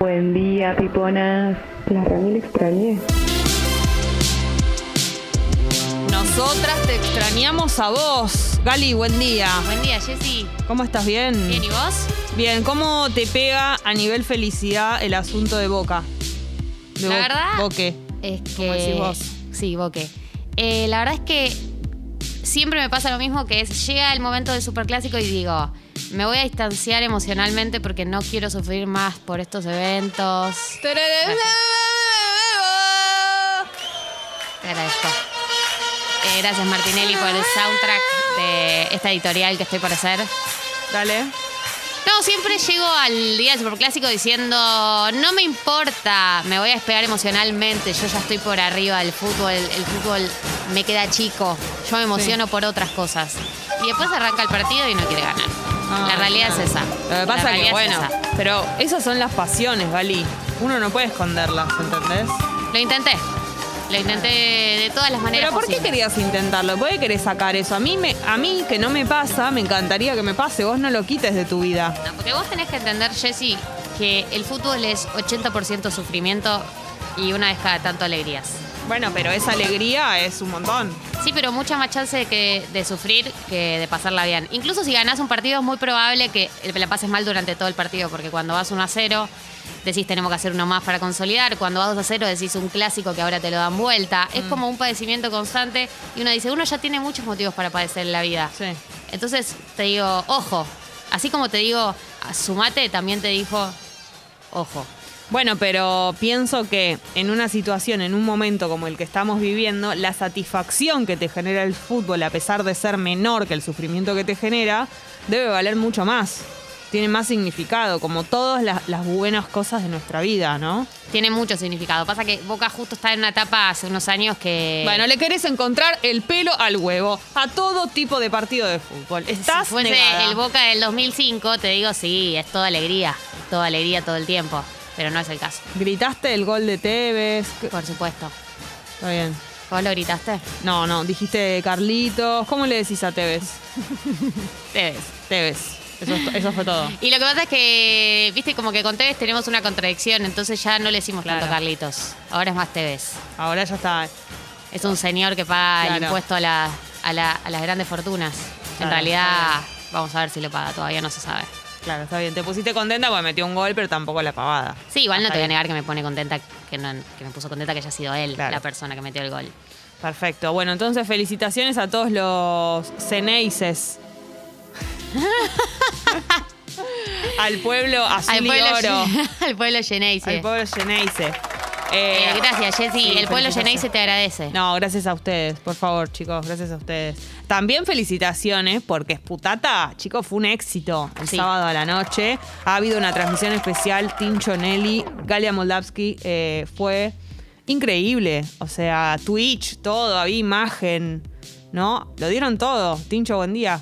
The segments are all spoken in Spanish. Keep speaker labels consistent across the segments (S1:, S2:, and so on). S1: Buen día, piponas. La Rami la extrañé.
S2: Nosotras te extrañamos a vos. Gali, buen día.
S3: Buen día, Jessy.
S2: ¿Cómo estás? ¿Bien?
S3: Bien, ¿y vos?
S2: Bien, ¿cómo te pega a nivel felicidad el asunto de Boca? De
S3: La
S2: Bo-
S3: verdad-
S2: Boque.
S3: Es que.
S2: Como decís vos.
S3: Sí, Boque. Eh, la verdad es que siempre me pasa lo mismo que es, llega el momento del superclásico y digo, me voy a distanciar emocionalmente porque no quiero sufrir más por estos eventos. Te agradezco. Eh, gracias Martinelli por el soundtrack de esta editorial que estoy por hacer.
S2: Dale.
S3: No, siempre llego al día del superclásico diciendo, no me importa, me voy a despegar emocionalmente, yo ya estoy por arriba del fútbol, el fútbol me queda chico, yo me emociono por otras cosas. Y después arranca el partido y no quiere ganar.
S2: Ah,
S3: la realidad
S2: claro.
S3: es esa.
S2: Lo que
S3: La
S2: pasa
S3: realidad
S2: que,
S3: es
S2: bueno,
S3: esa.
S2: pero esas son las pasiones, Gali. Uno no puede esconderlas, ¿entendés?
S3: Lo intenté, lo intenté de todas las maneras.
S2: Pero ¿por qué
S3: posibles.
S2: querías intentarlo? ¿Por qué querés sacar eso? A mí, me, a mí que no me pasa, me encantaría que me pase. Vos no lo quites de tu vida.
S3: No, porque vos tenés que entender, Jessy, que el fútbol es 80% sufrimiento y una vez cada tanto alegrías.
S2: Bueno, pero esa alegría es un montón.
S3: Sí, pero mucha más chance de, que, de sufrir que de pasarla bien. Incluso si ganás un partido es muy probable que la pases mal durante todo el partido, porque cuando vas 1 a 0 decís tenemos que hacer uno más para consolidar, cuando vas 2 a 0 decís un clásico que ahora te lo dan vuelta. Es como un padecimiento constante y uno dice, uno ya tiene muchos motivos para padecer en la vida.
S2: Sí.
S3: Entonces te digo, ojo, así como te digo, sumate, también te dijo, ojo.
S2: Bueno, pero pienso que en una situación, en un momento como el que estamos viviendo, la satisfacción que te genera el fútbol, a pesar de ser menor que el sufrimiento que te genera, debe valer mucho más. Tiene más significado, como todas las, las buenas cosas de nuestra vida, ¿no?
S3: Tiene mucho significado. Pasa que Boca justo está en una etapa hace unos años que...
S2: Bueno, le querés encontrar el pelo al huevo a todo tipo de partido de fútbol. Estás
S3: si fuese
S2: negada.
S3: el Boca del 2005, te digo, sí, es toda alegría, toda alegría todo el tiempo, pero no es el caso,
S2: Gritaste el gol de Tevez. que-
S3: por supuesto.
S2: Está bien.
S3: ¿Vos lo gritaste?
S2: No, no, dijiste Carlitos. ¿Cómo le decís a Tevez?
S3: Tevez.
S2: Tevez. Eso, es to- eso fue todo.
S3: Y lo que pasa es que, viste, como que con Tevez tenemos una contradicción, entonces ya no le hicimos tanto
S2: Claro.
S3: Carlitos, ahora es más Tevez.
S2: Ahora ya está.
S3: Es un señor que paga el
S2: Claro.
S3: impuesto a, la- a la- a las grandes fortunas. en
S2: Claro,
S3: realidad, vamos a ver si lo paga, todavía no se sabe.
S2: Claro, está bien. Te pusiste contenta porque metió un gol, pero tampoco la pavada.
S3: Sí, igual
S2: Ah,
S3: no
S2: Está
S3: te voy a
S2: bien.
S3: negar que me pone contenta, que, no- que me puso contenta que haya sido él
S2: Claro.
S3: la persona que metió el gol.
S2: Perfecto. Bueno, entonces felicitaciones a todos los ceneices. Al pueblo azul
S3: Al
S2: y
S3: pueblo,
S2: oro.
S3: al pueblo Geneise.
S2: Al pueblo Geneice.
S3: Eh, gracias, Jessy.
S2: sí,
S3: el pueblo
S2: felicitaciones.
S3: Geneise te agradece.
S2: No, gracias a ustedes, por favor, chicos, gracias a ustedes. También felicitaciones porque Sputata, chicos, fue un éxito el
S3: Sí.
S2: sábado a la noche. Ha habido una transmisión especial, Tincho Nelly, Galia Moldavsky, eh, fue increíble. O sea, Twitch, todo, había imagen, ¿no? Lo dieron todo. Tincho, buen día.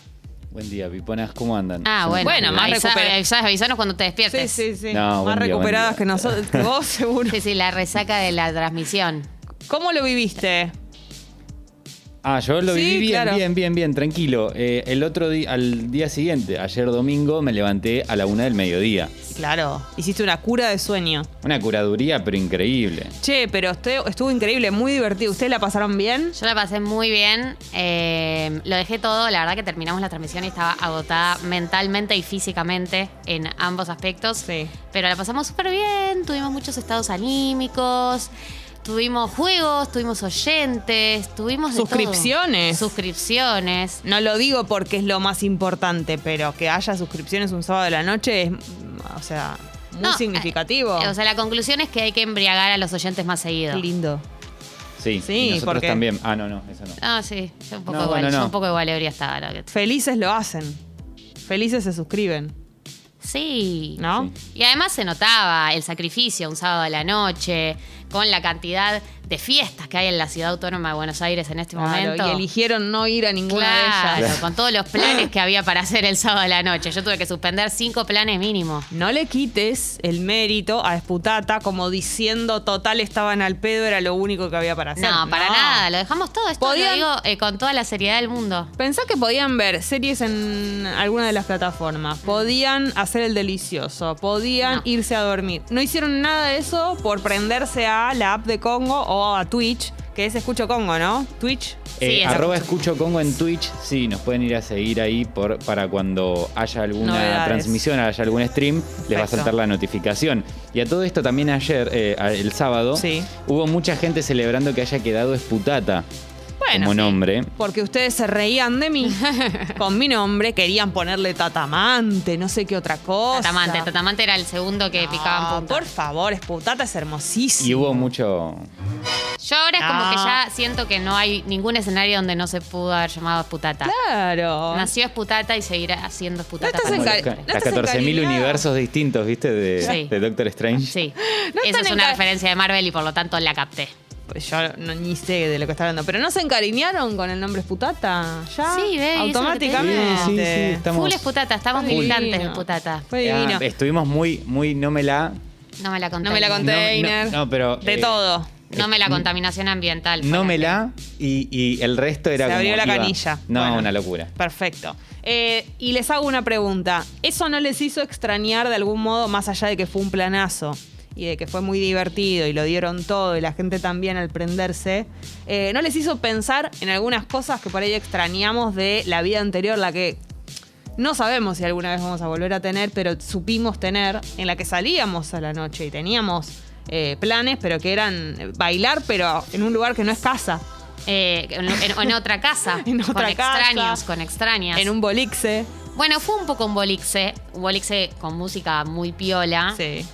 S4: Buen día, Piponas, ¿cómo andan?
S3: Ah,
S4: Yo no
S3: bueno.
S2: Bueno,
S4: estuve.
S2: más
S3: Avisa-
S2: recupera-
S3: avisa- avisanos cuando te
S2: Sí,
S3: despiertes.
S2: sí, sí.
S4: No,
S2: Más
S4: buen día, buen
S2: recuperadas
S4: día.
S2: que nosotros, que vos seguro.
S3: Sí, sí, la resaca de la transmisión.
S2: ¿Cómo lo viviste?
S4: Ah, yo lo
S2: Sí,
S4: viví bien,
S2: claro.
S4: bien, bien, bien, tranquilo. Eh, el otro día, al día siguiente, ayer domingo, me levanté a la una del mediodía.
S2: Claro, hiciste una cura de sueño.
S4: Una curaduría, pero increíble.
S2: Che, pero usted estuvo increíble, muy divertido. ¿Ustedes la pasaron bien?
S3: Yo la pasé muy bien. eh, lo dejé todo. La verdad que terminamos la transmisión y estaba agotada mentalmente y físicamente en ambos aspectos.
S2: Sí.
S3: Pero la pasamos súper bien. Tuvimos muchos estados anímicos. Tuvimos juegos, tuvimos oyentes, tuvimos de todo.
S2: Suscripciones.
S3: Suscripciones.
S2: No lo digo porque es lo más importante, pero que haya suscripciones un sábado de la noche es, mm, o sea, muy
S3: No,
S2: significativo.
S3: eh, O sea, la conclusión es que hay que embriagar a los oyentes más seguido.
S2: Qué lindo.
S4: Sí,
S2: Sí,
S4: y nosotros
S2: porque-
S4: también. Ah, no, no, eso no.
S3: Ah, sí, yo un poco
S4: No,
S3: igual,
S4: bueno,
S3: yo
S4: no.
S3: un poco igual ebria estaba. la verdad.
S2: Felices lo hacen. Felices se suscriben,
S3: Sí.
S2: ¿no?
S3: Y además se notaba el sacrificio un sábado a la noche, con la cantidad de fiestas que hay en la ciudad autónoma de Buenos Aires en este
S2: Claro,
S3: momento.
S2: y eligieron no ir a ninguna de
S3: Claro,
S2: ellas.
S3: con todos los planes que había para hacer el sábado a la noche. Yo tuve que suspender cinco planes mínimo.
S2: No le quites el mérito a Sputata como diciendo total estaban al pedo, era lo único que había para hacer.
S3: No, para nada, lo dejamos todo. Esto
S2: Podían-
S3: lo digo eh, con toda la seriedad del mundo.
S2: Pensá que podían ver series en alguna de las plataformas, podían hacer el delicioso, podían
S3: Mm. No.
S2: irse a dormir. No hicieron nada de eso por prenderse a la app de Congo o a Twitch, que es Escucho Congo, ¿no? Twitch.
S4: Eh,
S3: Sí, es-
S4: arroba escucho Congo en Twitch, sí, nos pueden ir a seguir ahí por, para cuando haya alguna
S2: Novedades.
S4: transmisión, haya algún stream, les va a
S2: Perfecto.
S4: saltar la notificación. Y a todo esto también ayer, eh, a- el sábado,
S2: Sí.
S4: hubo mucha gente celebrando que haya quedado Esputata
S3: Bueno,
S4: como
S3: sí.
S4: nombre.
S2: Porque ustedes se reían de mí con mi nombre, querían ponerle tatamante, no sé qué otra cosa.
S3: Tatamante, Tatamante era el segundo que
S2: No,
S3: picaban puntos.
S2: Por favor, Esputata es hermosísimo.
S4: Y hubo mucho...
S3: Yo ahora es como
S2: No.
S3: que ya siento que no hay ningún escenario donde no se pudo haber llamado Esputata.
S2: Claro.
S3: Nació Esputata y seguirá haciendo Esputata.
S2: No estás
S3: para
S4: como
S2: enca-
S4: los ca-
S2: no
S4: las
S2: estás
S4: 14.000
S2: encariñada.
S4: universos distintos, ¿viste? De,
S3: Sí.
S4: de Doctor Strange.
S3: Sí.
S2: No
S3: Eso
S2: están
S3: es una
S2: enca-
S3: referencia de Marvel y por lo tanto la capté.
S2: Pues yo no- ni sé de lo que está hablando. Pero no se encariñaron con el nombre Esputata. Ya.
S3: Sí, ve, eso es lo que te digo.
S2: Automáticamente.
S4: Sí, sí, sí, estamos-
S3: Full Esputata, estamos
S2: Fue
S3: militantes de
S2: divino.
S3: Esputata.
S2: Fue
S4: Ah,
S2: divino.
S4: estuvimos muy, muy, no me la...
S3: No me la conté.
S2: No me la
S4: no-
S2: container.
S4: no, pero,
S2: De
S4: eh,
S2: todo.
S3: No me la contaminación ambiental. fue
S4: No
S3: la
S4: me
S3: que-
S4: la y, y el resto era
S2: Se
S4: como
S2: abrió la
S4: iba.
S2: canilla.
S4: No,
S2: Bueno.
S4: una locura.
S2: Perfecto. Eh, y les hago una pregunta. ¿Eso no les hizo extrañar de algún modo, más allá de que fue un planazo y de que fue muy divertido y lo dieron todo y la gente también al prenderse? eh, ¿No les hizo pensar en algunas cosas que por ahí extrañamos de la vida anterior, la que no sabemos si alguna vez vamos a volver a tener, pero supimos tener, en la que salíamos a la noche y teníamos eh, planes, pero que eran eh, bailar, pero en un lugar que no es casa,
S3: Eh, en, en- en otra casa.
S2: En otra
S3: con
S2: casa.
S3: extraños, con extrañas.
S2: en un bolixe.
S3: Bueno, fue un poco un bolixe. Un bolixe con música muy piola.
S2: Sí.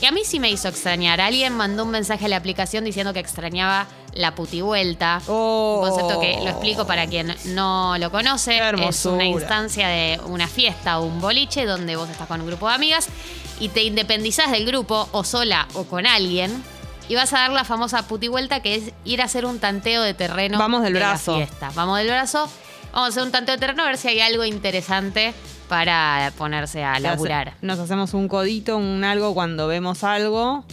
S3: Y a mí sí me hizo extrañar. Alguien mandó un mensaje a la aplicación diciendo que extrañaba la putivuelta.
S2: Oh.
S3: Un concepto que lo explico para quien no lo conoce.
S2: Qué
S3: es
S2: hermosura.
S3: una instancia de una fiesta o un boliche donde vos estás con un grupo de amigas y te independizás del grupo o sola o con alguien. Y vas a dar la famosa putivuelta que es ir a hacer un tanteo de terreno.
S2: Vamos del
S3: de la
S2: brazo.
S3: fiesta. Vamos del brazo. Vamos a hacer un tanteo de terreno a ver si hay algo interesante para ponerse a laburar.
S2: Nos hacemos un codito, un algo cuando vemos algo.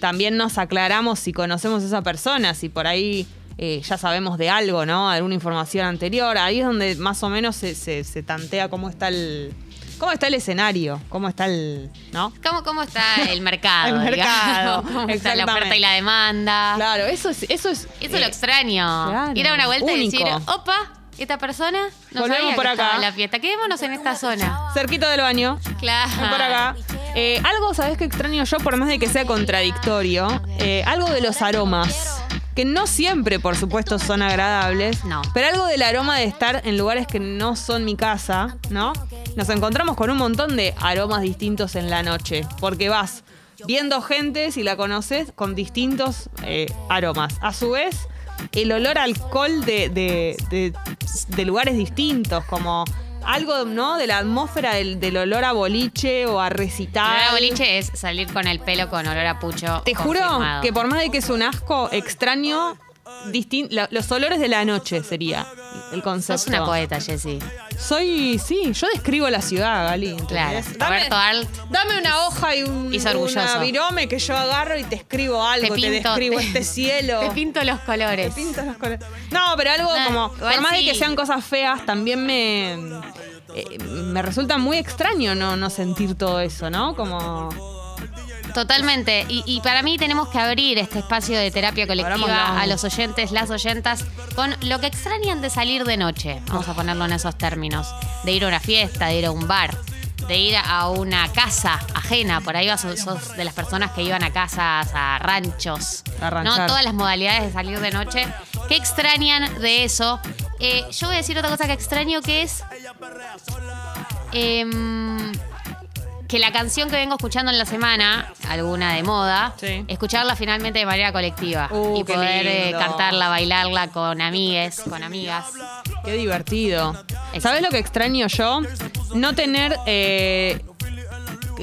S2: También nos aclaramos si conocemos a esa persona, si por ahí eh, ya sabemos de algo, ¿no? Alguna información anterior. Ahí es donde más o menos se, se- se tantea cómo está el. cómo está el escenario, cómo está el. ¿No?
S3: ¿Cómo, cómo está el mercado?
S2: El mercado,
S3: digamos? ¿Cómo está la
S2: exactamente.
S3: oferta y la demanda?
S2: Claro, eso es. Eso es,
S3: Ah. Eso es lo
S2: eh,
S3: extraño.
S2: claro,
S3: Ir a una vuelta y decir,
S2: único.
S3: opa, esta persona no
S2: Volvemos
S3: sabía
S2: por
S3: que
S2: acá.
S3: estaba en la fiesta. Quedémonos en esta zona.
S2: Cerquito del baño.
S3: Claro.
S2: Ven por acá. Eh, algo, ¿sabes que extraño yo? Por más de que sea contradictorio, eh, algo de los aromas. Que no siempre, por supuesto, son agradables.
S3: No.
S2: Pero algo del aroma de estar en lugares que no son mi casa, ¿no? Nos encontramos con un montón de aromas distintos en la noche. Porque vas viendo gente, si la conoces, con distintos eh, aromas. A su vez, el olor a alcohol de, de- de- de lugares distintos, como algo, ¿no? De la atmósfera del, del olor a boliche o a recitar.
S3: La boliche es salir con el pelo con olor a pucho.
S2: Te juro
S3: confirmado.
S2: que por más de que es un asco, extraño distin- lo- los olores de la noche sería el concepto.
S3: Sos una poeta, Jessy.
S2: Soy, sí, yo describo la ciudad, Gali. ¿entendés?
S3: Claro.
S2: Dame,
S3: Roberto Arlt.
S2: dame una hoja y un
S3: Hizo orgulloso.
S2: una virome que yo agarro y te escribo algo, te,
S3: pinto-
S2: describo
S3: te-
S2: este cielo.
S3: Te pinto los colores.
S2: Te pinto los colores. No, pero algo
S3: No,
S2: como,
S3: igual
S2: por más
S3: sí.
S2: de que sean cosas feas, también me eh, me resulta muy extraño no, no sentir todo eso, ¿no? Como
S3: Totalmente. Y, y para mí tenemos que abrir este espacio de terapia
S2: Hablamos largo.
S3: colectiva a los oyentes, las oyentas, con lo que extrañan de salir de noche. Vamos a ponerlo en esos términos. De ir a una fiesta, de ir a un bar, de ir a una casa ajena. Por ahí vas, sos de las personas que iban a casas, a ranchos.
S2: A ranchar.
S3: ¿no? Todas las modalidades de salir de noche. ¿Qué extrañan de eso? Eh, yo voy a decir otra cosa que extraño que es... em, que la canción que vengo escuchando en la semana, alguna de moda,
S2: Sí.
S3: escucharla finalmente de manera colectiva
S2: Uh,
S3: y
S2: qué
S3: poder eh,
S2: lindo.
S3: cantarla, bailarla con amigues, con amigas.
S2: Qué divertido.
S3: Exacto.
S2: ¿Sabes lo que extraño yo? No tener eh,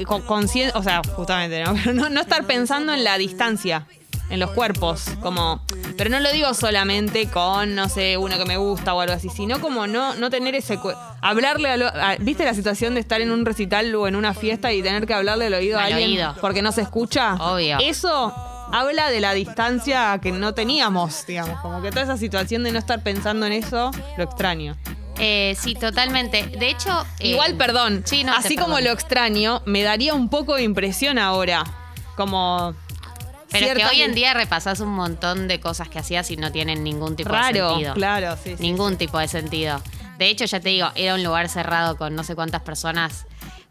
S2: con- conciencia, o sea, justamente, ¿no? Pero no, no estar pensando en la distancia, en los cuerpos, como, pero no lo digo solamente con, no sé, uno que me gusta o algo así, sino como no, no tener ese, cue- hablarle, al o- a- viste la situación de estar en un recital o en una fiesta y tener que hablarle al oído a
S3: Al
S2: alguien
S3: oído.
S2: porque no se escucha.
S3: Obvio.
S2: Eso habla de la distancia que no teníamos, digamos, como que toda esa situación de no estar pensando en eso, lo extraño.
S3: Eh, sí, totalmente. De hecho. eh,
S2: Igual, perdón,
S3: Sí, no, te
S2: así como
S3: perdono.
S2: lo extraño, me daría un poco de impresión ahora. Como.
S3: Pero es que
S2: cierta-
S3: hoy en día repasás un montón de cosas que hacías y no tienen ningún tipo de
S2: Raro,
S3: sentido.
S2: claro, sí. sí.
S3: Ningún tipo de sentido. De hecho, ya te digo, era un lugar cerrado con no sé cuántas personas.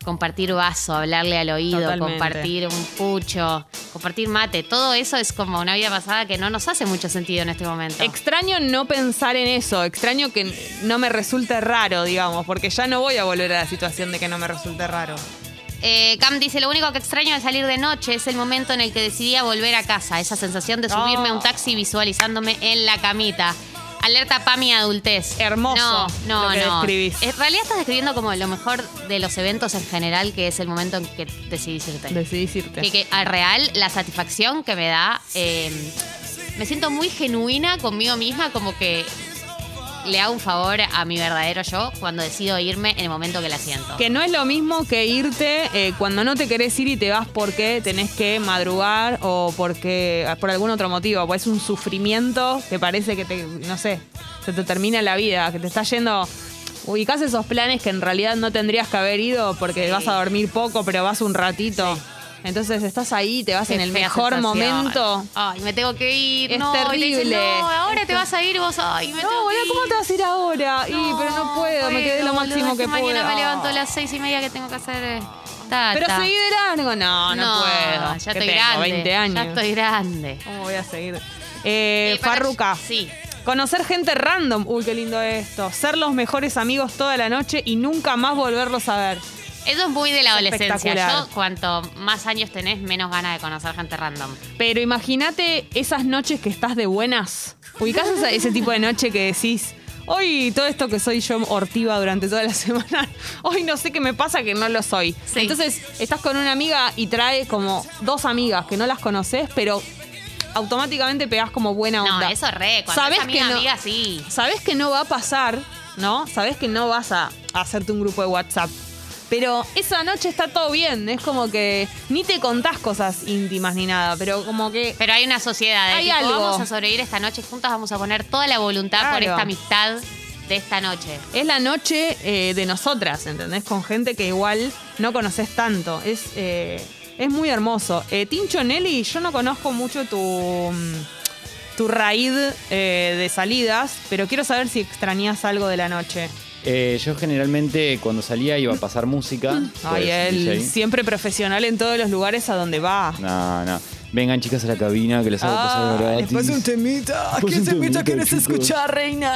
S3: Compartir vaso, hablarle al oído,
S2: Totalmente.
S3: compartir un pucho, compartir mate. Todo eso es como una vida pasada que no nos hace mucho sentido en este momento.
S2: Extraño no pensar en eso, extraño que no me resulte raro, digamos, porque ya no voy a volver a la situación de que no me resulte raro.
S3: Eh, Cam dice, lo único que extraño al salir de noche es el momento en el que decidí a volver a casa, esa sensación de subirme a un
S2: Oh.
S3: taxi visualizándome en la camita. Alerta pa' mi adultez.
S2: Hermoso
S3: No, no,
S2: lo que
S3: no.
S2: describís.
S3: En realidad estás describiendo como lo mejor de los eventos en general, que es el momento en que decidís irte.
S2: Decidís irte.
S3: Que, que al real, la satisfacción que me da, eh, me siento muy genuina conmigo misma, como que le hago un favor a mi verdadero yo cuando decido irme en el momento que la siento.
S2: Que no es lo mismo que irte eh, cuando no te querés ir y te vas porque tenés que madrugar o porque ah, por algún otro motivo, pues es un sufrimiento que parece que te, no sé, se te termina la vida, que te está yendo. Ubicás esos planes que en realidad no tendrías que haber ido porque
S3: Sí.
S2: vas a dormir poco, pero vas un ratito. Entonces estás ahí, te vas
S3: Qué
S2: en el
S3: fea
S2: mejor
S3: sensación.
S2: momento.
S3: Ay, me tengo que ir.
S2: Es
S3: no, y te dicen,
S2: terrible.
S3: no, ahora te vas a ir vos. Ay, me tengo
S2: No, boludo,
S3: que
S2: ¿cómo
S3: ir.
S2: te vas a ir ahora? y, pero no puedo, me quedé lo
S3: puedo,
S2: máximo
S3: boludo, es
S2: que puedo.
S3: Mañana me levanto a las seis y media que tengo que hacer. eh, Tata.
S2: Pero seguí de largo. No, no, puedo.
S3: Ya
S2: ¿Qué
S3: estoy
S2: tengo,
S3: grande.
S2: 20 años.
S3: Ya estoy grande.
S2: ¿Cómo voy a seguir? Eh,
S3: Eh, para-
S2: Farruca.
S3: Sí.
S2: Conocer gente random. Uy, qué lindo esto. Ser los mejores amigos toda la noche y nunca más volverlos a ver.
S3: Eso es muy de la adolescencia.
S2: Espectacular.
S3: Yo, cuanto más años tenés, menos ganas de conocer gente random.
S2: Pero imagínate esas noches que estás de buenas. Ubicás esa- ese tipo de noche que decís. Hoy todo esto que soy yo hortiva durante toda la semana, hoy no sé qué me pasa que no lo soy.
S3: Sí.
S2: Entonces estás con una amiga y traes como dos amigas que no las conoces, pero automáticamente pegás como buena
S3: No,
S2: onda.
S3: eso re. Cuando
S2: Sabés
S3: es amiga,
S2: que no-
S3: amiga, sí.
S2: Sabés que no va a pasar, ¿no? Sabés que no vas a hacerte un grupo de WhatsApp. Pero esa noche está todo bien. Es como que ni te contás cosas íntimas ni nada, pero como que.
S3: Pero hay una sociedad de
S2: Hay
S3: tipo,
S2: algo.
S3: vamos a sobrevivir esta noche juntas, vamos a poner toda la voluntad por
S2: Claro.
S3: esta amistad de esta noche.
S2: Es la noche eh, de nosotras, ¿entendés? Con gente que igual no conoces tanto. Es, eh, es muy hermoso. Eh, Tincho Nelly, yo no conozco mucho tu, mm, tu raíz eh, de salidas, pero quiero saber si extrañas algo de la noche.
S4: Eh, yo generalmente cuando salía iba a pasar música.
S2: Ay,
S4: pues,
S2: él
S4: DJ.
S2: siempre profesional en todos los lugares a donde va.
S4: No, no. Vengan chicas a la cabina que les hago
S2: Ah,
S4: pasar gratis.
S2: después un temita.
S4: Después
S2: ¿Quién
S4: un
S2: temita
S4: temita,
S2: quieres
S4: chicos.
S2: escuchar, reina?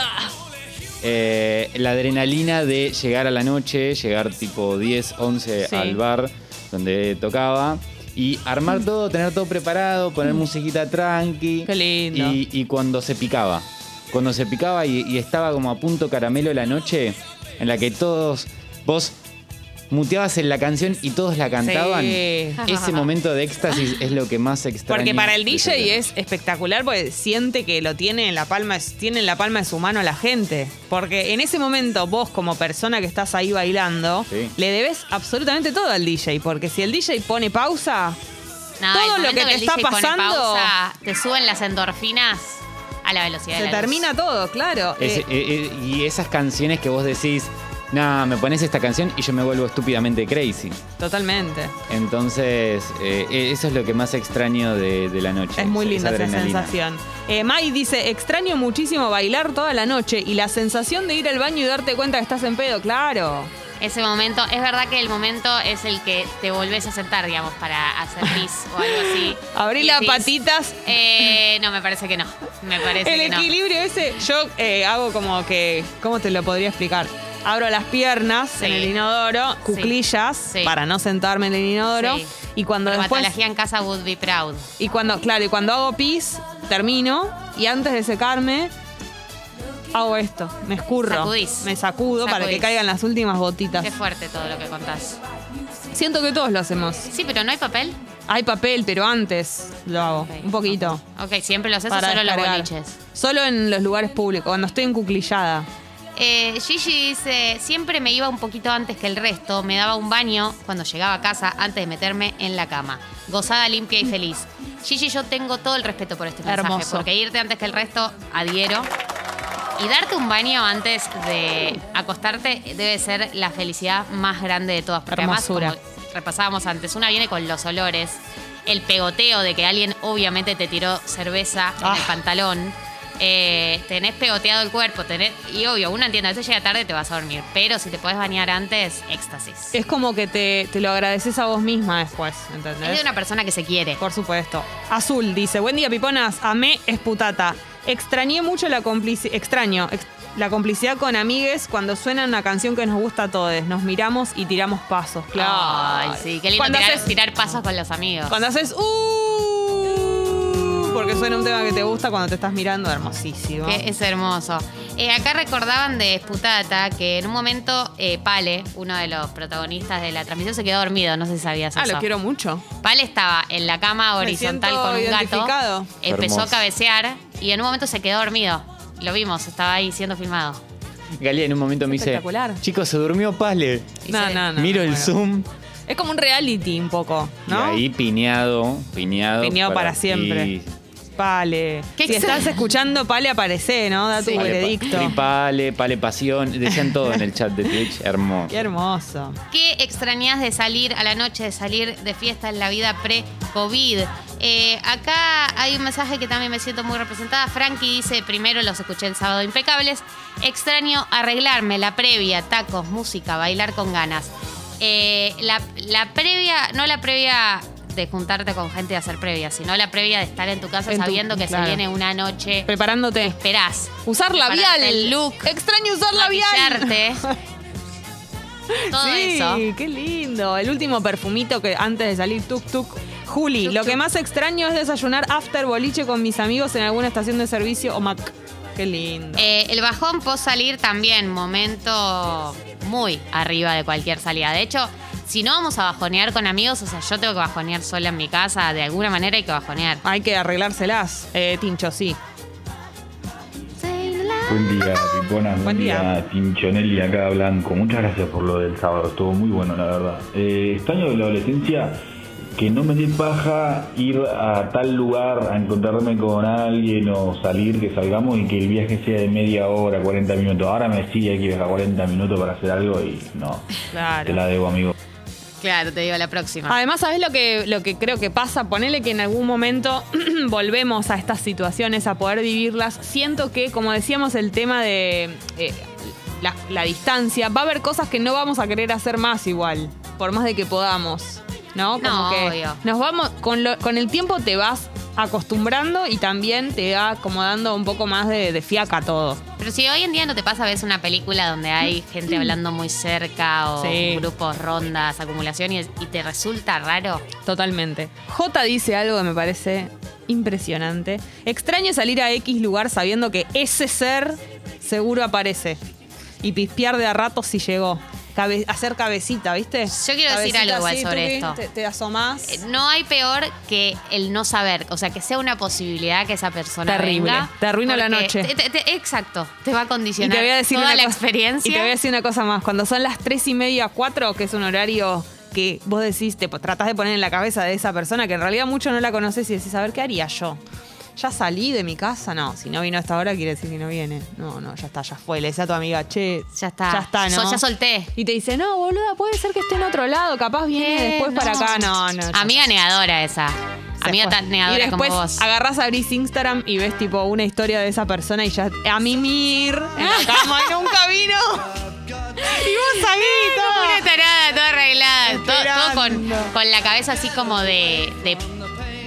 S4: Eh, la adrenalina de llegar a la noche, llegar tipo 10, 11
S2: Sí.
S4: al bar donde tocaba y armar todo, tener todo preparado, poner musiquita tranqui.
S2: Mm. Qué lindo.
S4: Y, y cuando se picaba, cuando se picaba y, y estaba como a punto caramelo la noche en la que todos vos muteabas en la canción y todos la cantaban.
S2: Sí.
S4: Ese momento de éxtasis es lo que más extraño.
S2: Porque para el
S4: de
S2: DJ
S4: ese-
S2: es espectacular porque siente que lo tiene en la palma, tiene en la palma de su mano la gente. Porque en ese momento vos como persona que estás ahí bailando,
S4: Sí.
S2: le debes absolutamente todo al DJ. Porque si el DJ pone pausa,
S3: No,
S2: Todo
S3: el
S2: lo
S3: momento
S2: que te
S3: el
S2: está
S3: DJ pone
S2: pasando-
S3: pausa, te suben las endorfinas a la velocidad
S2: se
S3: de la luz.
S2: termina todo, claro.
S4: Ese-
S2: Eh,
S4: eh, eh, y esas canciones que vos decís, nah, me pones esta canción y yo me vuelvo estúpidamente crazy.
S2: totalmente.
S4: Entonces, eh, eh, eso es lo que más extraño de, de la noche.
S2: Es muy linda esa,
S4: adrenalina.
S2: sensación. Eh, Mai dice, extraño muchísimo bailar toda la noche y la sensación de ir al baño y darte cuenta que estás en pedo, claro.
S3: Ese momento, es verdad que el momento es el que te volvés a sentar, digamos, para hacer pis o algo así.
S2: Abrir
S3: Y
S2: las
S3: decís,
S2: patitas.
S3: Eh, no, me parece que no. Me parece
S2: El
S3: que no.
S2: equilibrio ese, yo eh, hago como que, ¿cómo te lo podría explicar? Abro las piernas en el inodoro, cuclillas,
S3: Sí.
S2: para no sentarme en el inodoro.
S3: Sí.
S2: Y cuando después.
S3: Dermatología en casa would be proud.
S2: Y cuando, claro, y cuando hago pis, termino y antes de secarme, hago esto. Me escurro.
S3: Sacudís.
S2: Me sacudo para que
S3: Sacudís.
S2: caigan las últimas gotitas.
S3: Qué fuerte todo lo que contás.
S2: Siento que todos lo hacemos.
S3: Sí, pero no hay papel.
S2: Hay papel, pero antes lo hago.
S3: Ok.
S2: Un poquito.
S3: Ok, siempre lo haces o
S2: para
S3: solo los
S2: descargar.
S3: boliches.
S2: Solo en los lugares públicos, cuando estoy encuclillada.
S3: Eh, Gigi dice, siempre me iba un poquito antes que el resto, me daba un baño cuando llegaba a casa antes de meterme en la cama. Gozada, limpia y feliz. Gigi, yo tengo todo el respeto por este mensaje,
S2: Hermoso.
S3: porque irte antes que el resto, adhiero. Y darte un baño antes de acostarte debe ser la felicidad más grande de todas. Porque
S2: Hermosura.
S3: además, como repasábamos antes, una viene con los olores, el pegoteo de que alguien obviamente te tiró cerveza en el
S2: Ah.
S3: pantalón. eh, tenés pegoteado el cuerpo, tenés. Y obvio, una entiende, a veces llega tarde y te vas a dormir. Pero si te podés bañar antes, éxtasis.
S2: Es como que te, te lo agradeces a vos misma después, ¿entendés?
S3: Es de una persona que se quiere.
S2: Por supuesto. Azul dice, buen día Piponas, amé esputata. Extrañé mucho la complicidad, extraño, ex- la complicidad con amigues cuando suena una canción que nos gusta a todos. Nos miramos y tiramos pasos, claro.
S3: Ay, sí, qué lindo
S2: Cuando
S3: tirar,
S2: haces-
S3: tirar pasos con los amigos.
S2: Cuando haces, "Uh", porque suena un tema que te gusta cuando te estás mirando, hermosísimo.
S3: Que es hermoso. Eh, acá recordaban de Sputata que en un momento eh, Pale, uno de los protagonistas de la transmisión, se quedó dormido. No sé si sabías
S2: Ah,
S3: eso.
S2: lo quiero mucho.
S3: Pale estaba en la cama
S2: Me
S3: horizontal
S2: siento
S3: con un gato.
S2: identificado.
S3: Empezó a
S4: Hermoso.
S3: cabecear y en un momento se quedó dormido. Lo vimos, estaba ahí siendo filmado.
S4: Galia en un momento me dice,
S2: Espectacular.
S4: chicos, se durmió Pale.
S3: Y
S2: No,
S3: se-
S2: no, no.
S4: Miro
S2: no,
S4: el
S2: bueno.
S4: Zoom
S2: Es como un reality un poco, ¿no?
S4: y ahí piñado, piñado.
S2: Piñado para siempre.
S4: y-
S2: Pale.
S3: Qué
S2: si estás
S3: excelente.
S2: escuchando, Pale aparece, ¿no? Da tu
S3: Sí.
S4: Pale, pa-
S2: veredicto.
S4: Free Pale, Pale Pasión, decían todo en el chat de Twitch, hermoso.
S2: Qué hermoso.
S3: ¿Qué extrañas de salir a la noche, de salir de fiesta en la vida pre-COVID? Eh, acá hay un mensaje que también me siento muy representada. Frankie dice, primero los escuché el sábado impecables. Extraño arreglarme, la previa, tacos, música, bailar con ganas. Eh, la, la previa, no la previa de juntarte con gente y hacer previa, sino la previa de estar en tu casa
S2: En tu-
S3: sabiendo que
S2: claro.
S3: se viene una noche.
S2: Preparándote.
S3: Esperás.
S2: Usar labial.
S3: Prepararte el look.
S2: Extraño usar labial.
S3: maquillarte. Todo
S2: sí,
S3: eso.
S2: qué lindo. El último perfumito que antes de salir, tuk tuk. Juli,
S3: Tuk,
S2: lo que
S3: tuk.
S2: más extraño es desayunar after boliche con mis amigos en alguna estación de servicio o Mac. Qué lindo.
S3: Eh, el bajón post salir también, momento muy arriba de cualquier salida. De hecho, si no vamos a bajonear con amigos, o sea, yo tengo que bajonear sola en mi casa, de alguna manera hay que bajonear.
S2: Hay que arreglárselas, eh, Tincho, sí.
S5: Buen día, Pipona. Buen,
S2: Buen día.
S5: día. Tinchonelli, acá Blanco. Muchas gracias por lo del sábado. Estuvo muy bueno, la verdad. Eh, extraño de la adolescencia que no me dé paja ir a tal lugar a encontrarme con alguien o salir, que salgamos y que el viaje sea de media hora, 40 minutos. Ahora me decía que viajar 40 minutos para hacer algo y no.
S2: Claro.
S5: Te la debo, amigo.
S3: Claro, te digo la próxima.
S2: Además, ¿sabes lo que, lo que creo que pasa? Ponele que en algún momento volvemos a estas situaciones, a poder vivirlas. Siento que, como decíamos, el tema de eh, la, la distancia, va a haber cosas que no vamos a querer hacer más igual, por más de que podamos. ¿No? Como
S3: No,
S2: que
S3: obvio.
S2: nos vamos, con, lo- con el tiempo te vas acostumbrando y también te va acomodando un poco más de, de fiaca todo.
S3: Ah, Pero si hoy en día no te pasa, ves una película donde hay gente hablando muy cerca o
S2: Sí.
S3: grupos, rondas, acumulaciones y te resulta raro.
S2: Totalmente. J dice algo que me parece impresionante. Extraño salir a X lugar sabiendo que ese ser seguro aparece. Y pispear de a rato si llegó. Cabe- hacer cabecita, ¿viste?
S3: Yo quiero decir
S2: Cabecita
S3: algo igual
S2: así,
S3: sobre
S2: tuqui,
S3: esto.
S2: Te, te asomás.
S3: Eh, No hay peor que el no saber, o sea, que sea una posibilidad que esa persona
S2: Terrible.
S3: venga,
S2: Te arruina la
S3: porque
S2: noche.
S3: te- te- te- exacto, te va a
S2: Y
S3: condicionar
S2: te voy a decir
S3: toda
S2: una
S3: la
S2: cosa-
S3: experiencia.
S2: Y te voy a decir una cosa más. Cuando son las tres y media, cuatro, que es un horario que vos decís, te po- tratás de poner en la cabeza de esa persona que en realidad mucho no la conoces y decís, a ver, ¿qué haría yo? Ya salí de mi casa, no. Si no vino hasta ahora, quiere decir que no viene. No, no, ya está, ya fue. Le decía a tu amiga, che.
S3: Ya está.
S2: Ya está, ¿no?
S3: So- ya solté.
S2: Y te dice, no, boluda, puede ser que esté en otro lado, capaz viene
S3: Eh,
S2: después
S3: no.
S2: para acá. No, no. ya
S3: Amiga negadora esa.
S2: se
S3: Amiga
S2: fue.
S3: tan negadora
S2: Y después
S3: como vos.
S2: agarrás, abrís Instagram y ves tipo una historia de esa persona y ya a mimir en la cama y nunca vino. Y vos
S3: Una
S2: salís.
S3: tarada, todo arreglada. Todo, todo con,
S2: Esperando.
S3: con la cabeza así como de. de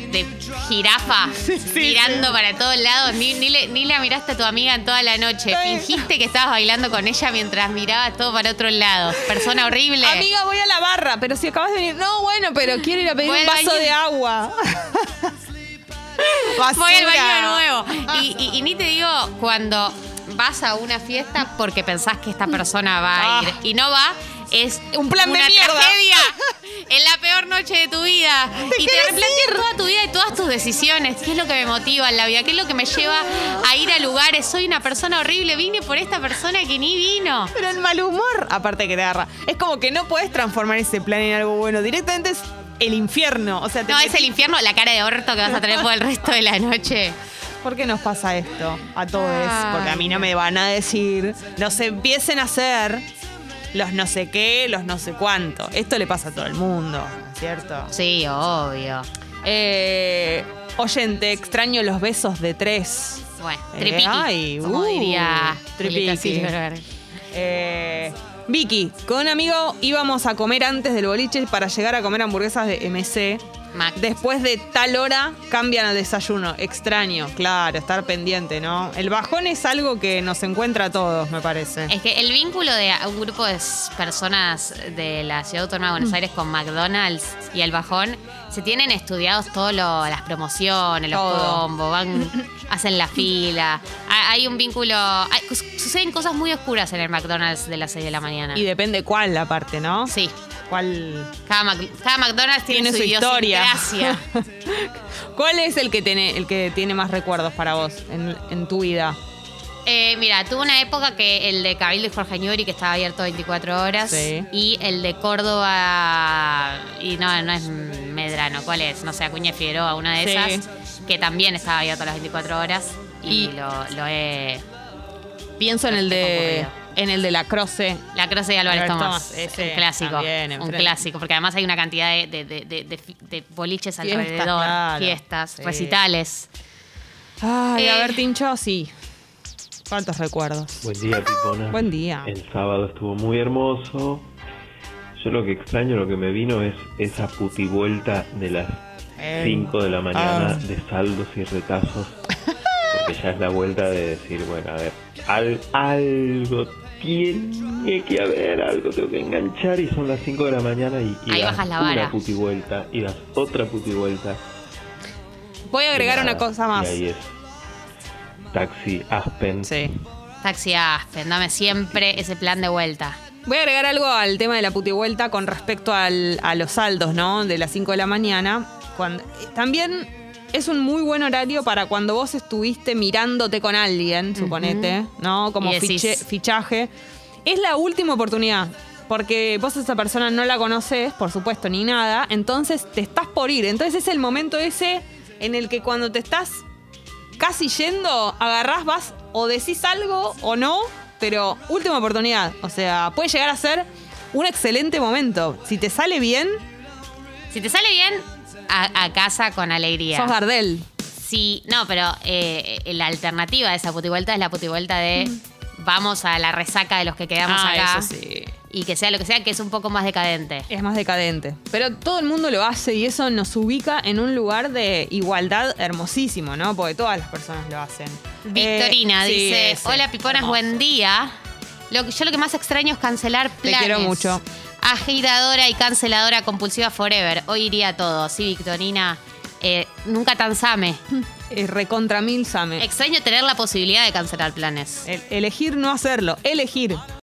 S3: de jirafa
S2: sí,
S3: mirando para todos lados ni, ni le- ni la miraste a tu amiga en toda la noche
S2: Sí.
S3: fingiste que estabas bailando con ella mientras mirabas todo para otro lado persona horrible
S2: todo. Amiga, voy a la barra, pero si acabas de venir. No, bueno, pero quiero ir a pedir
S3: Voy
S2: un
S3: al
S2: vaso
S3: baño.
S2: de agua.
S3: Voy al baño de
S2: Basura.
S3: nuevo. Y, y- y ni te digo cuando vas a una fiesta porque pensás que esta persona va a ir
S2: Ah.
S3: y no va. Es
S2: Un plan de
S3: una
S2: mierda.
S3: tragedia. Es la peor noche de tu vida. y te replanteas toda tu vida y todas tus decisiones. ¿Qué es lo que me motiva en la vida? ¿Qué es lo que me lleva a ir a lugares? Soy una persona horrible. Vine por esta persona que ni vino.
S2: Pero el mal humor, aparte que te agarra. Es como que no puedes transformar ese plan en algo bueno. Directamente es el infierno. O sea, te
S3: No,
S2: metí-
S3: es el infierno, la cara de orto que vas a tener por el resto de la noche.
S2: ¿Por qué nos pasa esto a todos?
S3: Ay.
S2: Porque a mí no me van a decir. Nos empiecen a hacer los no sé qué, los no sé cuánto. Esto le pasa a todo el mundo, ¿no es ¿cierto?
S3: Sí, obvio.
S2: Eh, oyente, extraño los besos de tres.
S3: Bueno,
S2: Eh,
S3: tripiqui,
S2: ay,
S3: como
S2: uh,
S3: diría Julieta
S2: tripiqui.
S3: Silverberg.
S2: Eh, Vicky, con un amigo íbamos a comer antes del boliche para llegar a comer hamburguesas de MC.
S3: Mac.
S2: Después de tal hora cambian al desayuno. Extraño, claro, estar pendiente, ¿no? El bajón es algo que nos encuentra a todos, me parece.
S3: Es que el vínculo de un grupo de s- personas de la Ciudad Autónoma de
S2: Mm.
S3: Buenos Aires con McDonald's y el bajón se tienen estudiados todas las promociones, los
S2: Todo.
S3: combos, van, hacen la fila. Ha- Hay un vínculo. hay- su- suceden cosas muy oscuras en el McDonald's de las 6 de la mañana.
S2: Y depende cuál la parte, ¿no?
S3: Ah. sí.
S2: ¿Cuál,
S3: Cada, Mac- cada McDonald's tiene,
S2: Tiene su historia.
S3: Gracias.
S2: cuál es el que, tiene, el que tiene más recuerdos para vos en, en tu vida?
S3: Eh, mira, tuve una época que el de Cabildo y Jorge Añuri, que estaba abierto 24 horas,
S2: Sí.
S3: y el de Córdoba, y no, no es Medrano, ¿cuál es? No sé, Acuña y Figueroa, una de
S2: Sí.
S3: esas, que también estaba abierto las 24 horas, y,
S2: Y-
S3: lo, lo he...
S2: Pienso en el de, en el de la croce.
S3: La Croce de Álvarez
S2: Álvarez
S3: Tomás,
S2: Tomás, ese
S3: un clásico,
S2: también,
S3: un
S2: enfrente.
S3: clásico, porque además hay una cantidad de, de- de- de- de- de boliches
S2: Fiestas,
S3: alrededor,
S2: claro.
S3: fiestas,
S2: Sí.
S3: recitales.
S2: Ay,
S3: Eh.
S2: a ver, Tincho, sí. ¿Cuántos recuerdos?
S6: Buen día, Pipona.
S2: Buen día.
S6: El sábado estuvo muy hermoso. Yo lo que extraño, lo que me vino es esa putivuelta de las
S2: Eh.
S6: 5 de la mañana
S2: Ah.
S6: de saldos y retazos. Porque ya es la vuelta de decir, bueno, a ver, al- algo tiene que haber, algo tengo que enganchar. Y son las 5 de la mañana y, y
S3: Ahí
S6: das
S3: bajas la
S6: una
S3: vara.
S6: putivuelta y das otra putivuelta.
S2: Voy a agregar una cosa más.
S6: Y ahí es. Taxi Aspen.
S2: Sí.
S3: Taxi Aspen, dame siempre ese plan de vuelta.
S2: Voy a agregar algo al tema de la putivuelta con respecto al- a los saldos, ¿no? De las 5 de la mañana. Cuando, también es un muy buen horario para cuando vos estuviste mirándote con alguien, suponete, ¿no? Como
S3: Y decís-
S2: fiche- fichaje. Es la última oportunidad. Porque vos a esa persona no la conoces, por supuesto, ni nada. Entonces te estás por ir. Entonces es el momento ese en el que cuando te estás casi yendo, agarrás, vas o decís algo o no, pero última oportunidad. O sea, puede llegar a ser un excelente momento. Si te sale bien,
S3: Si te sale bien, a, a casa con alegría.
S2: sos Gardel.
S3: Sí, no, pero eh, eh, la alternativa de esa putivuelta es la putivuelta de vamos a la resaca de los que quedamos
S2: Mm. Ah,
S3: acá.
S2: eso sí. Eh,
S3: Y que sea lo que sea, que es un poco más decadente.
S2: Es más decadente. Pero todo el mundo lo hace y eso nos ubica en un lugar de igualdad hermosísimo, ¿no? Porque todas las personas lo hacen.
S3: Victorina
S2: Eh, sí,
S3: dice,
S2: ese.
S3: hola Piponas,
S2: Hermoso.
S3: buen día. Lo que- yo lo que más extraño es cancelar planes.
S2: quiero mucho.
S3: Agiradora y canceladora compulsiva forever. Hoy iría todo. Sí, Victorina, eh, nunca tan same.
S2: Es recontra mil, Same.
S3: Extraño tener la posibilidad de cancelar planes.
S2: El- elegir no hacerlo, elegir.